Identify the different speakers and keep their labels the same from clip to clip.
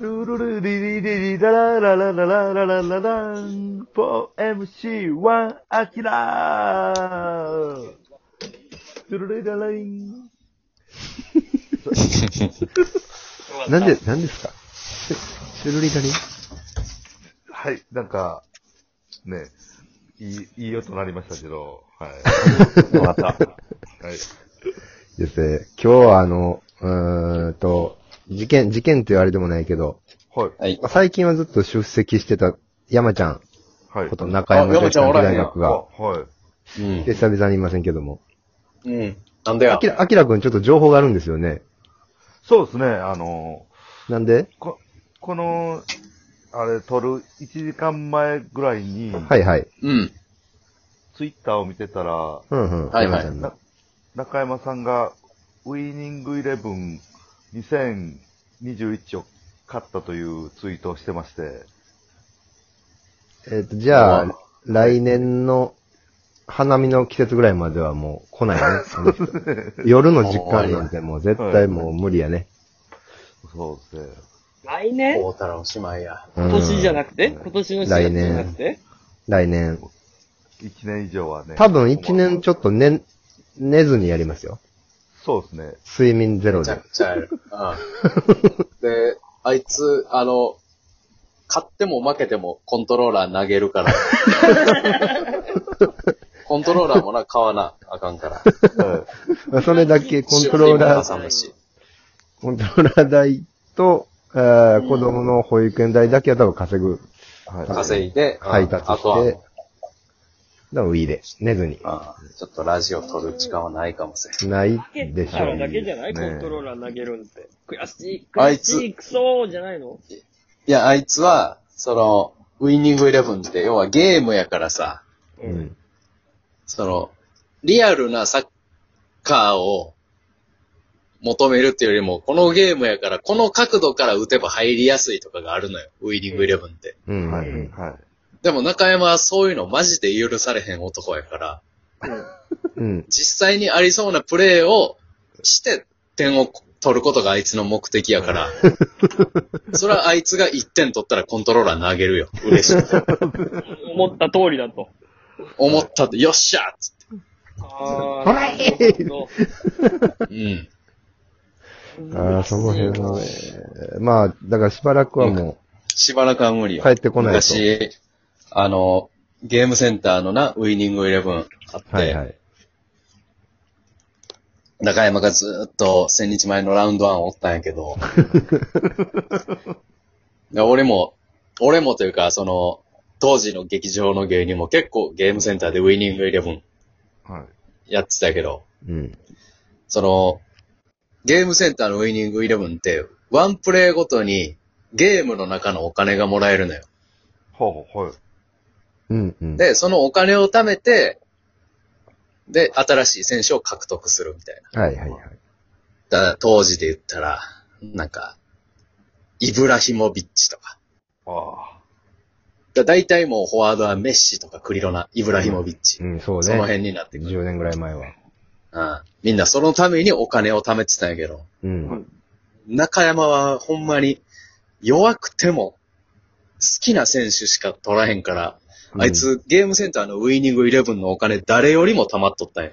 Speaker 1: ルルルリリリリララララララララララン 4MC1 アキラールルルラライン
Speaker 2: なんで、なんですかシュルリダリ
Speaker 1: はい、なんか、ね、いい、いい音なりましたけど、はい。
Speaker 3: わかった。
Speaker 1: はい。
Speaker 2: ですね。今日はあの、うーんと、事件、事件と言われてもないけど、
Speaker 1: はい。
Speaker 3: はい。
Speaker 2: 最近はずっと出席してた山ちゃん
Speaker 1: はい。
Speaker 2: こと中山女子短期大学が、
Speaker 1: はい。
Speaker 3: うん
Speaker 2: で。久々にいませんけども。
Speaker 3: うん。なんで
Speaker 2: あ
Speaker 3: や
Speaker 2: き。ら、あきらくんちょっと情報があるんですよね。
Speaker 1: そうですね、あの、
Speaker 2: なんで
Speaker 1: こ、この、あれ、撮る1時間前ぐらいに、
Speaker 2: はいはい。
Speaker 3: うん。
Speaker 1: ツイッターを見てたら、
Speaker 2: うんうん。
Speaker 3: はいはい
Speaker 2: 山ちゃんの
Speaker 1: な中山さんが、ウィーニングイレブン2021を勝ったというツイートをしてまして、
Speaker 2: えっ、と、じゃ
Speaker 3: ま
Speaker 2: あ、来年の花見の季節ぐらいまではもう来ないね。その人夜の実感なんてもう絶対もう無理やね。
Speaker 1: そうですね。
Speaker 4: 来年
Speaker 3: 大太郎姉妹や。
Speaker 2: 今
Speaker 4: 今年じゃな
Speaker 2: く
Speaker 4: くて今年の4
Speaker 2: 来
Speaker 4: 月じ
Speaker 2: 年
Speaker 4: ゃなくて
Speaker 2: 来年。
Speaker 1: 1年以上はね。
Speaker 2: 多分1年ちょっと寝、寝ずにやりますよ。
Speaker 1: そうですね。
Speaker 2: 睡眠ゼロ
Speaker 3: めちゃ
Speaker 2: で。
Speaker 3: くちゃやる。 うん。で、あいつ、あの、勝っても負けてもコントローラー投げる から。コントローラーもな、買わな、あかんから。
Speaker 1: はい
Speaker 2: まあそれだけコントローラー、
Speaker 3: ー。もし。
Speaker 2: コントローラー代と、あー子供の保育園代だけは多分稼ぐ。
Speaker 1: はい。
Speaker 3: 稼いで、うん
Speaker 2: 配達
Speaker 3: あと
Speaker 2: し
Speaker 3: は、う
Speaker 2: て、だウィーで、寝ずに。
Speaker 3: んちょっとラジオ撮る時間はないかもしれん。
Speaker 2: ない
Speaker 4: かけ
Speaker 2: でしたょ
Speaker 4: ら
Speaker 2: う。
Speaker 4: だけじゃない
Speaker 1: いいですね
Speaker 4: コントローラー投げるんって。悔しい、
Speaker 3: あ
Speaker 4: 悔
Speaker 3: いつ
Speaker 4: しい、クソーじゃないの
Speaker 3: いや、あいつは、その、ウィニングイレブンって、要はゲームやからさ、
Speaker 4: う
Speaker 2: うん。
Speaker 3: その、リアルなサッカーを求めるっていうよりも、このゲームやから、この角度から打てば入りやすいとかがあるのよ、ウィニングイレブンって。
Speaker 2: うん。
Speaker 1: はい。
Speaker 2: うん
Speaker 1: はい。
Speaker 3: でも中山はそういうのマジで許されへん男やから、
Speaker 2: うん。
Speaker 3: 実際にありそうなプレーをして点を取ることがあいつの目的やから、それはあいつが1点取ったらコントローラー投げるよ。嬉しい。
Speaker 4: 思った通りだと。
Speaker 3: 思ったって、よっしゃーっつ
Speaker 4: あ
Speaker 2: ほらい
Speaker 3: って。うん。
Speaker 2: ああ、その辺のね。まあ、だからしばらくはも
Speaker 3: しばらくは無理
Speaker 2: う
Speaker 3: よ。
Speaker 2: 帰ってこないと。
Speaker 3: 昔、あの、ゲームセンターのな、ウィニングイレブンあって、
Speaker 2: はいはい。
Speaker 3: 中山がずーっと千日前のラウンドワンおったんやけ ど、で俺も、俺もというか、その、当時の劇場の芸人も結構ゲームセンターでウィニングイレブン
Speaker 1: はい。
Speaker 3: やってたけど、
Speaker 2: うん。
Speaker 3: その、ゲームセンターのウィニングイレブンって、ワンプレイごとにゲームの中のお金がもらえるのよ。
Speaker 1: ほう、はい。
Speaker 2: うん、うん。
Speaker 3: で、そのお金を貯めて、で、新しい選手を獲得するみたいな。
Speaker 2: はいはいはい。
Speaker 3: だから当時で言ったら、なんか、イブラヒモビッチとか。
Speaker 1: あ
Speaker 3: だ大体もうフォワードはメッシとかクリロナ、イブラヒモビッチ。
Speaker 2: うん、そう
Speaker 3: その
Speaker 2: ね。
Speaker 3: 辺になってくる。
Speaker 2: 10年ぐらい前は。
Speaker 3: うん。みんなそのためにお金を貯めてたんやけど、
Speaker 2: うん。
Speaker 3: 中山はほんまに弱くても好きな選手しか取らへんから、あいつゲームセンターのウィニングイレブンのお金誰よりも貯まっとったんや。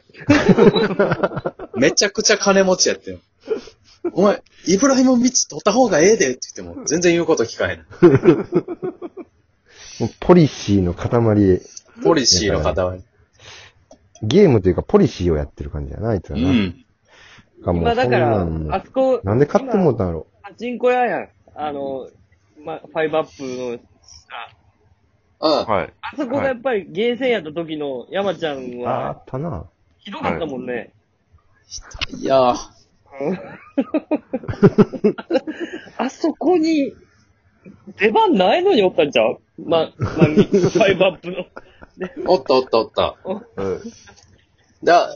Speaker 3: めちゃくちゃ金持ちやってん。お前、イブラヒモビッチ取った方がええでって言っても全然言うこと聞かへん。
Speaker 2: もうポリシーの塊、
Speaker 3: ポリシーの方は。
Speaker 2: ゲームというかポリシーをやってる感じやな、あいつ
Speaker 3: う
Speaker 2: はな。
Speaker 3: ん。
Speaker 2: かもう
Speaker 4: まあだか
Speaker 2: そんなんも
Speaker 4: ら、あ
Speaker 2: う
Speaker 4: そこ、
Speaker 2: なんで買ってもうたんやろ。
Speaker 4: パチンコ屋やん。あの、まあ、ファイブアップの、あ、
Speaker 3: あ
Speaker 1: あ。はい。
Speaker 4: あそこがやっぱりゲーセンやった時の山ちゃん
Speaker 2: あっ
Speaker 4: は、
Speaker 2: たな。
Speaker 4: ひどかったもんね。
Speaker 3: いやー
Speaker 4: あそこに、出番ないのにおったんちゃうま、ま、ミックスファイブアッ プの。
Speaker 3: おったおったおった。
Speaker 1: はい。
Speaker 3: だ、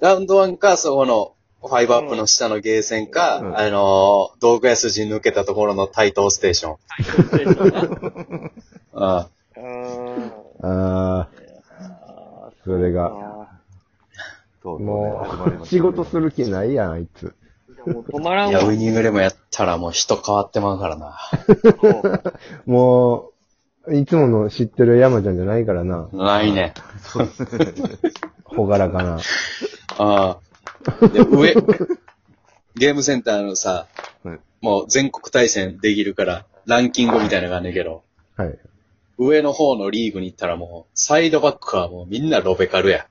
Speaker 3: ラウンドワンか、そこの、ファイブアップの下のゲーセンか、
Speaker 1: うん
Speaker 3: あのー道具屋筋抜けたところの台東ステーション。あ
Speaker 4: あー
Speaker 2: ああ、それが。
Speaker 4: あ
Speaker 1: そうですね
Speaker 2: も
Speaker 1: 始まりま
Speaker 2: う、
Speaker 1: した
Speaker 2: 仕
Speaker 1: ね
Speaker 2: 事する気ないやん、あいつ。
Speaker 4: ー。でももう止まらん
Speaker 3: いや、
Speaker 4: わ。
Speaker 3: ウイニングレモンやったらもう人変わってまうからな。
Speaker 2: もう、いつもの知ってる山ちゃんじゃないからな。
Speaker 3: ないね。
Speaker 2: ほがらかな。
Speaker 3: ああ。で、上、ゲームセンターのさ
Speaker 1: はい、
Speaker 3: もう全国対戦できるから、ランキングみたいなのがあんねんけど、
Speaker 2: はい。
Speaker 3: 上の方のリーグに行ったらもう、サイドバックはもうみんなロベカルや。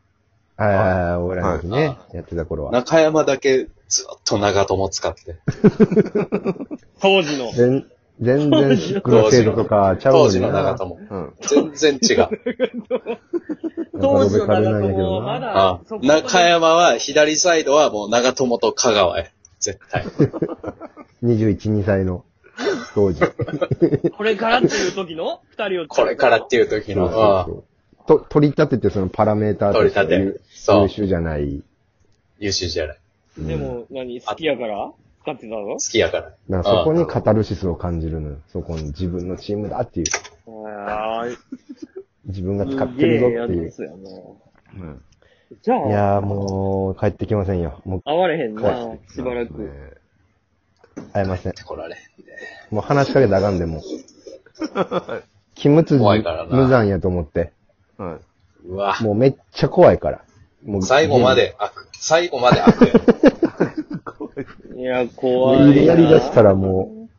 Speaker 2: はいはいはい、俺らの時ね
Speaker 3: は、
Speaker 2: やってた頃は。
Speaker 3: 中山だけずっと長友使ってて。
Speaker 4: 当時の。
Speaker 2: 全全然、クロセードとか、ちゃう
Speaker 3: 当
Speaker 2: の
Speaker 3: 時
Speaker 2: に
Speaker 3: の長
Speaker 2: な。
Speaker 3: 友。
Speaker 1: うん。
Speaker 3: 全然違う。
Speaker 4: 当時の
Speaker 2: なんか呼べか
Speaker 4: 長
Speaker 2: れないんやけ
Speaker 4: 友
Speaker 2: ど
Speaker 4: はま
Speaker 2: な。
Speaker 3: あ
Speaker 4: だ
Speaker 3: あ、
Speaker 4: そこまで
Speaker 3: 中山は左サイドはもう長友と香川や。絶対。
Speaker 2: 21、2歳の、当時。
Speaker 4: これからっていう時の二人 を。
Speaker 3: これからっていう時
Speaker 2: そう
Speaker 3: の。
Speaker 2: そうそうと、取り立ててそのパラメーターとして
Speaker 3: 取り
Speaker 2: 優
Speaker 3: 立てそう
Speaker 2: 優秀じゃない。
Speaker 3: 優秀じゃない。
Speaker 2: うん
Speaker 4: でも、何好きやから使ってたの
Speaker 3: 好きやから。
Speaker 2: なんかそこにカタルシスを感じるのよ。そこに自分のチームだっていう。
Speaker 4: ああ、
Speaker 2: 自分が使っ
Speaker 4: す
Speaker 2: て
Speaker 4: げ
Speaker 2: る
Speaker 4: え
Speaker 2: ぞ
Speaker 4: や
Speaker 2: っていう。
Speaker 4: つやな。
Speaker 1: うん。
Speaker 4: じゃ
Speaker 2: い
Speaker 4: あ、
Speaker 2: やーもう、帰ってきませんよ。もう
Speaker 4: 会われへんな
Speaker 2: 帰っ、
Speaker 4: しばら
Speaker 1: そうで
Speaker 4: く。
Speaker 1: すね
Speaker 2: 会えません。
Speaker 3: こられ。
Speaker 2: もう話しかけたらあかんで、もう。キムツジ、
Speaker 3: 怖いからな
Speaker 2: 無残やと思って。
Speaker 1: は
Speaker 3: うわ。
Speaker 2: もうめっちゃ怖いから。もう
Speaker 3: 最後ま。で悪。最後まで悪や。
Speaker 4: いや、怖いな。
Speaker 2: もうやり出したらも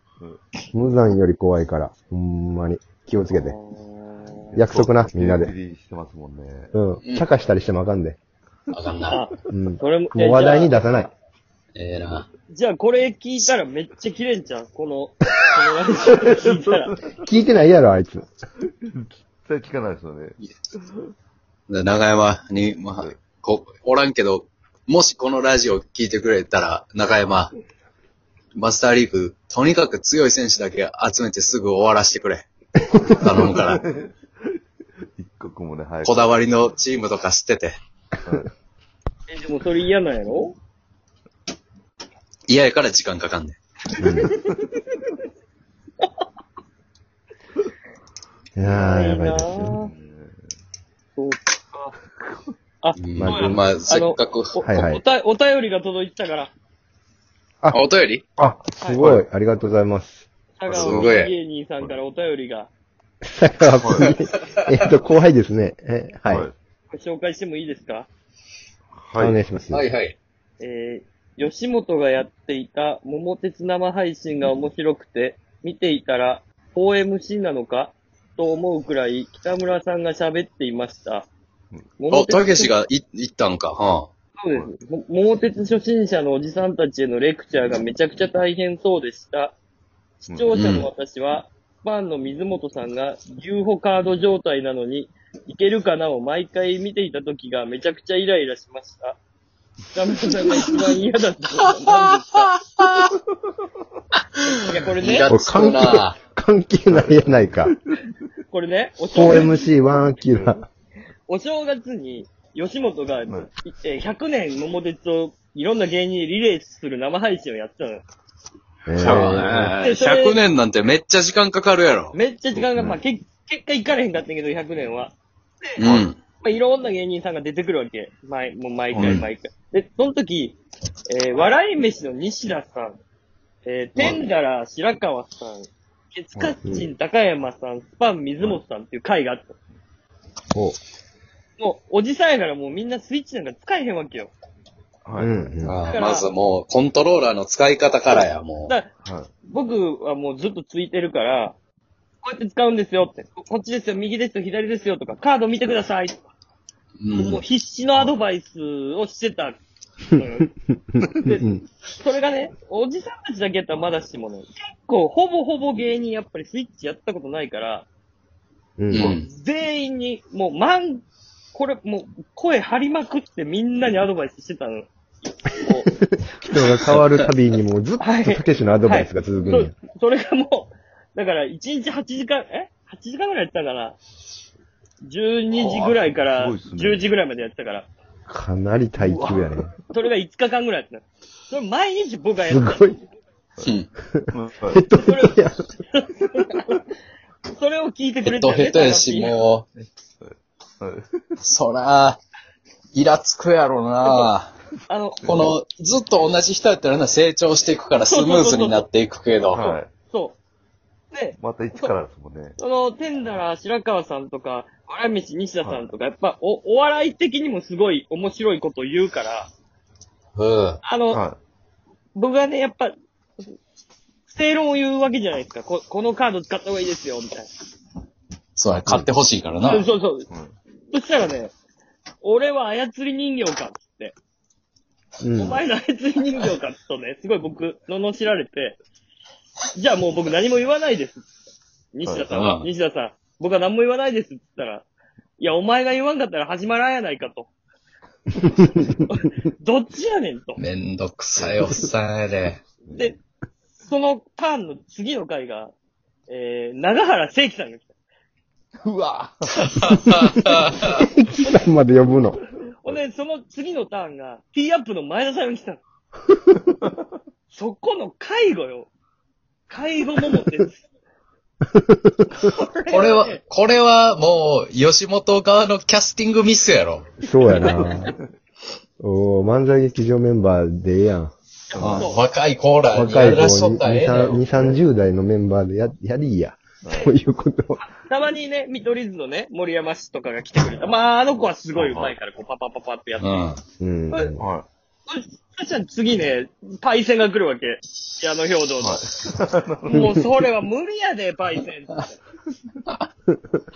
Speaker 2: う、無残より怖いから。ほんまに。気をつけて。
Speaker 1: い。
Speaker 2: 約束なみんなで
Speaker 1: そうリリースしてますもんね。
Speaker 2: うん。
Speaker 3: ん
Speaker 2: 茶化したりしてもあかんで。
Speaker 3: あかんな
Speaker 4: あ。、
Speaker 2: うん。も
Speaker 4: それも、え
Speaker 2: う話題に
Speaker 4: じゃあ
Speaker 2: 出さない。
Speaker 3: ええな。
Speaker 4: じゃあこれ聞いたらめっちゃ切れんじゃん。この、このラジオ聞いたら。
Speaker 2: 聞いてないやろ、あいつ。
Speaker 1: それ聞かないですよね。
Speaker 3: で長山に、まあ、こ、おらんけど、もしこのラジオ聞いてくれたら、中山、マスターリーグ、とにかく強い選手だけ集めてすぐ終わらせてくれ。頼むから。
Speaker 1: 一刻もね、早く。
Speaker 3: こだわりのチームとか捨てて。
Speaker 4: え、でもそれ嫌なんやろ
Speaker 3: 嫌やから時間かかんねん。
Speaker 2: いやー、やばいです
Speaker 4: な
Speaker 2: よ。
Speaker 4: ぁそうか。あ、
Speaker 3: うん
Speaker 2: まあ
Speaker 3: まあ、せっかく。
Speaker 4: お
Speaker 2: はいはい
Speaker 4: おたお便りが届いてたから、
Speaker 3: お便り
Speaker 2: あ、すごい。ありがとうございます。
Speaker 4: 佐
Speaker 3: す
Speaker 4: 川
Speaker 3: ごい
Speaker 4: 芸人さんからお便りが、
Speaker 2: えっと、後輩ですね。えはい。
Speaker 1: はい。
Speaker 4: ご紹介してもいいですか
Speaker 2: お願
Speaker 1: はい
Speaker 2: します。
Speaker 3: はいはい。
Speaker 4: えー、吉本がやっていた桃鉄生配信が面白くて、見ていたら 4MC なのかと思うくらい北村さんが喋っていました。
Speaker 3: お、たけし
Speaker 4: が
Speaker 3: がい行ったんか。は
Speaker 4: そうです。も桃鉄初心者のおじさんたちへのレクチャーがめちゃくちゃ大変そうでした。視聴者の私は、ファンの水本さんが牛歩カード状態なのに、いけるかなを毎回見ていた時がめちゃくちゃイライラしました。北村さんが一番嫌だったのは何ですかいや、これ
Speaker 3: あ。イ
Speaker 4: ね
Speaker 3: ラ、つくな
Speaker 2: 関係ないやないか。
Speaker 4: これね、お正月
Speaker 2: 4MC1 アキラ。
Speaker 4: お正月に、吉本が、えー100年桃鉄をいろんな芸人にリレーする生配信をやってたのよ。
Speaker 2: え
Speaker 3: そう
Speaker 2: ー
Speaker 3: ね。100年なんてめっちゃ時間かかるやろ。
Speaker 4: めっちゃ時間が、まあ、け結果行かれへんかったんやけど、100年は。
Speaker 3: うん。
Speaker 4: まあ、いろんな芸人さんが出てくるわけ。毎、もう毎
Speaker 3: う
Speaker 4: 回
Speaker 3: ん
Speaker 4: 毎回。で、その時、えー、笑い飯の西田さん、えー、テンダラー白川さん、ケツカッチン高山さん、スパン水本さんっていう回があった。
Speaker 2: お
Speaker 4: もう、おじさんやからもうみんなスイッチなんか使えへんわけよ。
Speaker 1: は
Speaker 2: う
Speaker 1: い。
Speaker 2: ん
Speaker 1: はい。
Speaker 2: うん。
Speaker 3: ああまずもう、コントローラーの使い方からや、もう。
Speaker 4: だから、僕はもうずっとついてるから、こうやって使うんですよって、ここっちですよ、右ですよ、左ですよとか、カード見てくださいとか
Speaker 3: うん
Speaker 4: もう必死のアドバイスをしてたのよ。で
Speaker 2: うん
Speaker 4: それがね、おじさんたちだけやったらまだしもね、結構ほぼほぼ芸人やっぱりスイッチやったことないから、
Speaker 2: う。
Speaker 3: うんん。
Speaker 4: 全員に、もう満、これもう声張りまくってみんなにアドバイスしてたの。もう
Speaker 2: 人が変わるたびにもうずっと
Speaker 4: はい
Speaker 2: たけしのアドバイスが続くんや。
Speaker 4: そそれがもう、だから1日8時間、え ?8 時間ぐらいやってたかな ?12 時ぐらいから
Speaker 1: あーすごいっすね
Speaker 4: 10時ぐらいまでやってたから、
Speaker 2: かなり耐久やね。
Speaker 4: それが5日間ぐらいやってたの。それ毎日僕がやっ
Speaker 2: す
Speaker 4: てた。
Speaker 2: ごい。
Speaker 3: うん
Speaker 1: はい
Speaker 2: ヘッドヘッドや。
Speaker 4: それを聞いてく
Speaker 3: ヘ
Speaker 4: れ
Speaker 3: ッ
Speaker 4: て
Speaker 3: ド
Speaker 4: た
Speaker 3: ヘッドやし、
Speaker 1: は
Speaker 3: も
Speaker 1: い。
Speaker 3: う、そら、イラつくやろな
Speaker 4: あの、
Speaker 3: この、ずっと同じ人やったらな、成長していくからスムーズになっていくけど。
Speaker 1: はい。
Speaker 4: そう。で、
Speaker 1: また一からですもんね。
Speaker 4: その、テンダラー白川さんとか、笑飯西田さんとか、やっぱ、お、お笑い的にもすごい面白いこと言うから、
Speaker 3: うん。
Speaker 4: あの、
Speaker 1: は
Speaker 4: 僕はね、やっぱ、正論を言うわけじゃないですか。ここのカード使った方がいいですよ、みたい
Speaker 3: そうや、買ってほしいからな。
Speaker 4: な。そうそう
Speaker 1: い。うん
Speaker 4: そしたらね、俺は操り人形かっつって、
Speaker 2: うん
Speaker 4: お前の操り人形かっつとね、すごい僕、罵られて、じゃあもう僕何も言わないですっつって。西田さんは、
Speaker 3: はい
Speaker 4: 西田さん、僕は何も言わないですっつったら、いや、お前が言わんかったら始まらんやないかと。どっちやねんと。
Speaker 3: めんどくさいおっさんやで。
Speaker 4: で、そのターンの次の回が、えー、長原聖輝さんが来た。
Speaker 1: うわ
Speaker 2: 機械まで呼ぶの。
Speaker 4: ほんで、その次のターンが、ティーアップの前田さんが来たの。そこの介護よ。介護ももです。
Speaker 3: これは、これはもう、吉本側のキャスティングミスやろ。
Speaker 2: そうやな。おー漫才劇場メンバーでええやん。
Speaker 4: そう
Speaker 3: 若いコーラに
Speaker 2: 若
Speaker 3: や
Speaker 2: い子
Speaker 3: らしと
Speaker 2: 2、
Speaker 3: ったらええね
Speaker 2: 3
Speaker 3: ん。
Speaker 2: 30代のメンバーでや、やりいや。そういうことを。
Speaker 4: たまにね、見取り図のね、森山氏とかが来てくれた。まあ、あの子はすごい上手いから、こう、パパパパってやって。
Speaker 3: うん。
Speaker 2: うん。
Speaker 4: はい
Speaker 1: は
Speaker 4: そしたら次ね、パイセンが来るわけ。矢野兵道の。
Speaker 1: い。
Speaker 4: もうそれは無理 やで、パイセンって。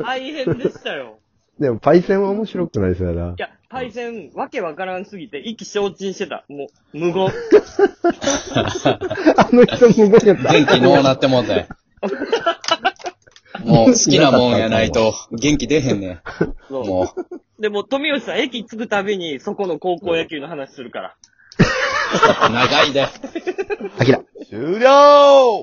Speaker 4: 大変でしたよ。
Speaker 2: でも、パイセンは面白くないそうやな。
Speaker 4: いや、パイセン、わけわからんすぎて、意気消沈してた。もう、無言。
Speaker 2: あの人無言やった。
Speaker 3: 元気のうなってもうたよもう好きなもんやないと元気出へんねん。
Speaker 4: そう
Speaker 3: もう。
Speaker 4: でも、富吉さん、駅着くたびに、そこの高校野球の話するから。
Speaker 3: 長いで。
Speaker 2: あきら。
Speaker 1: 終了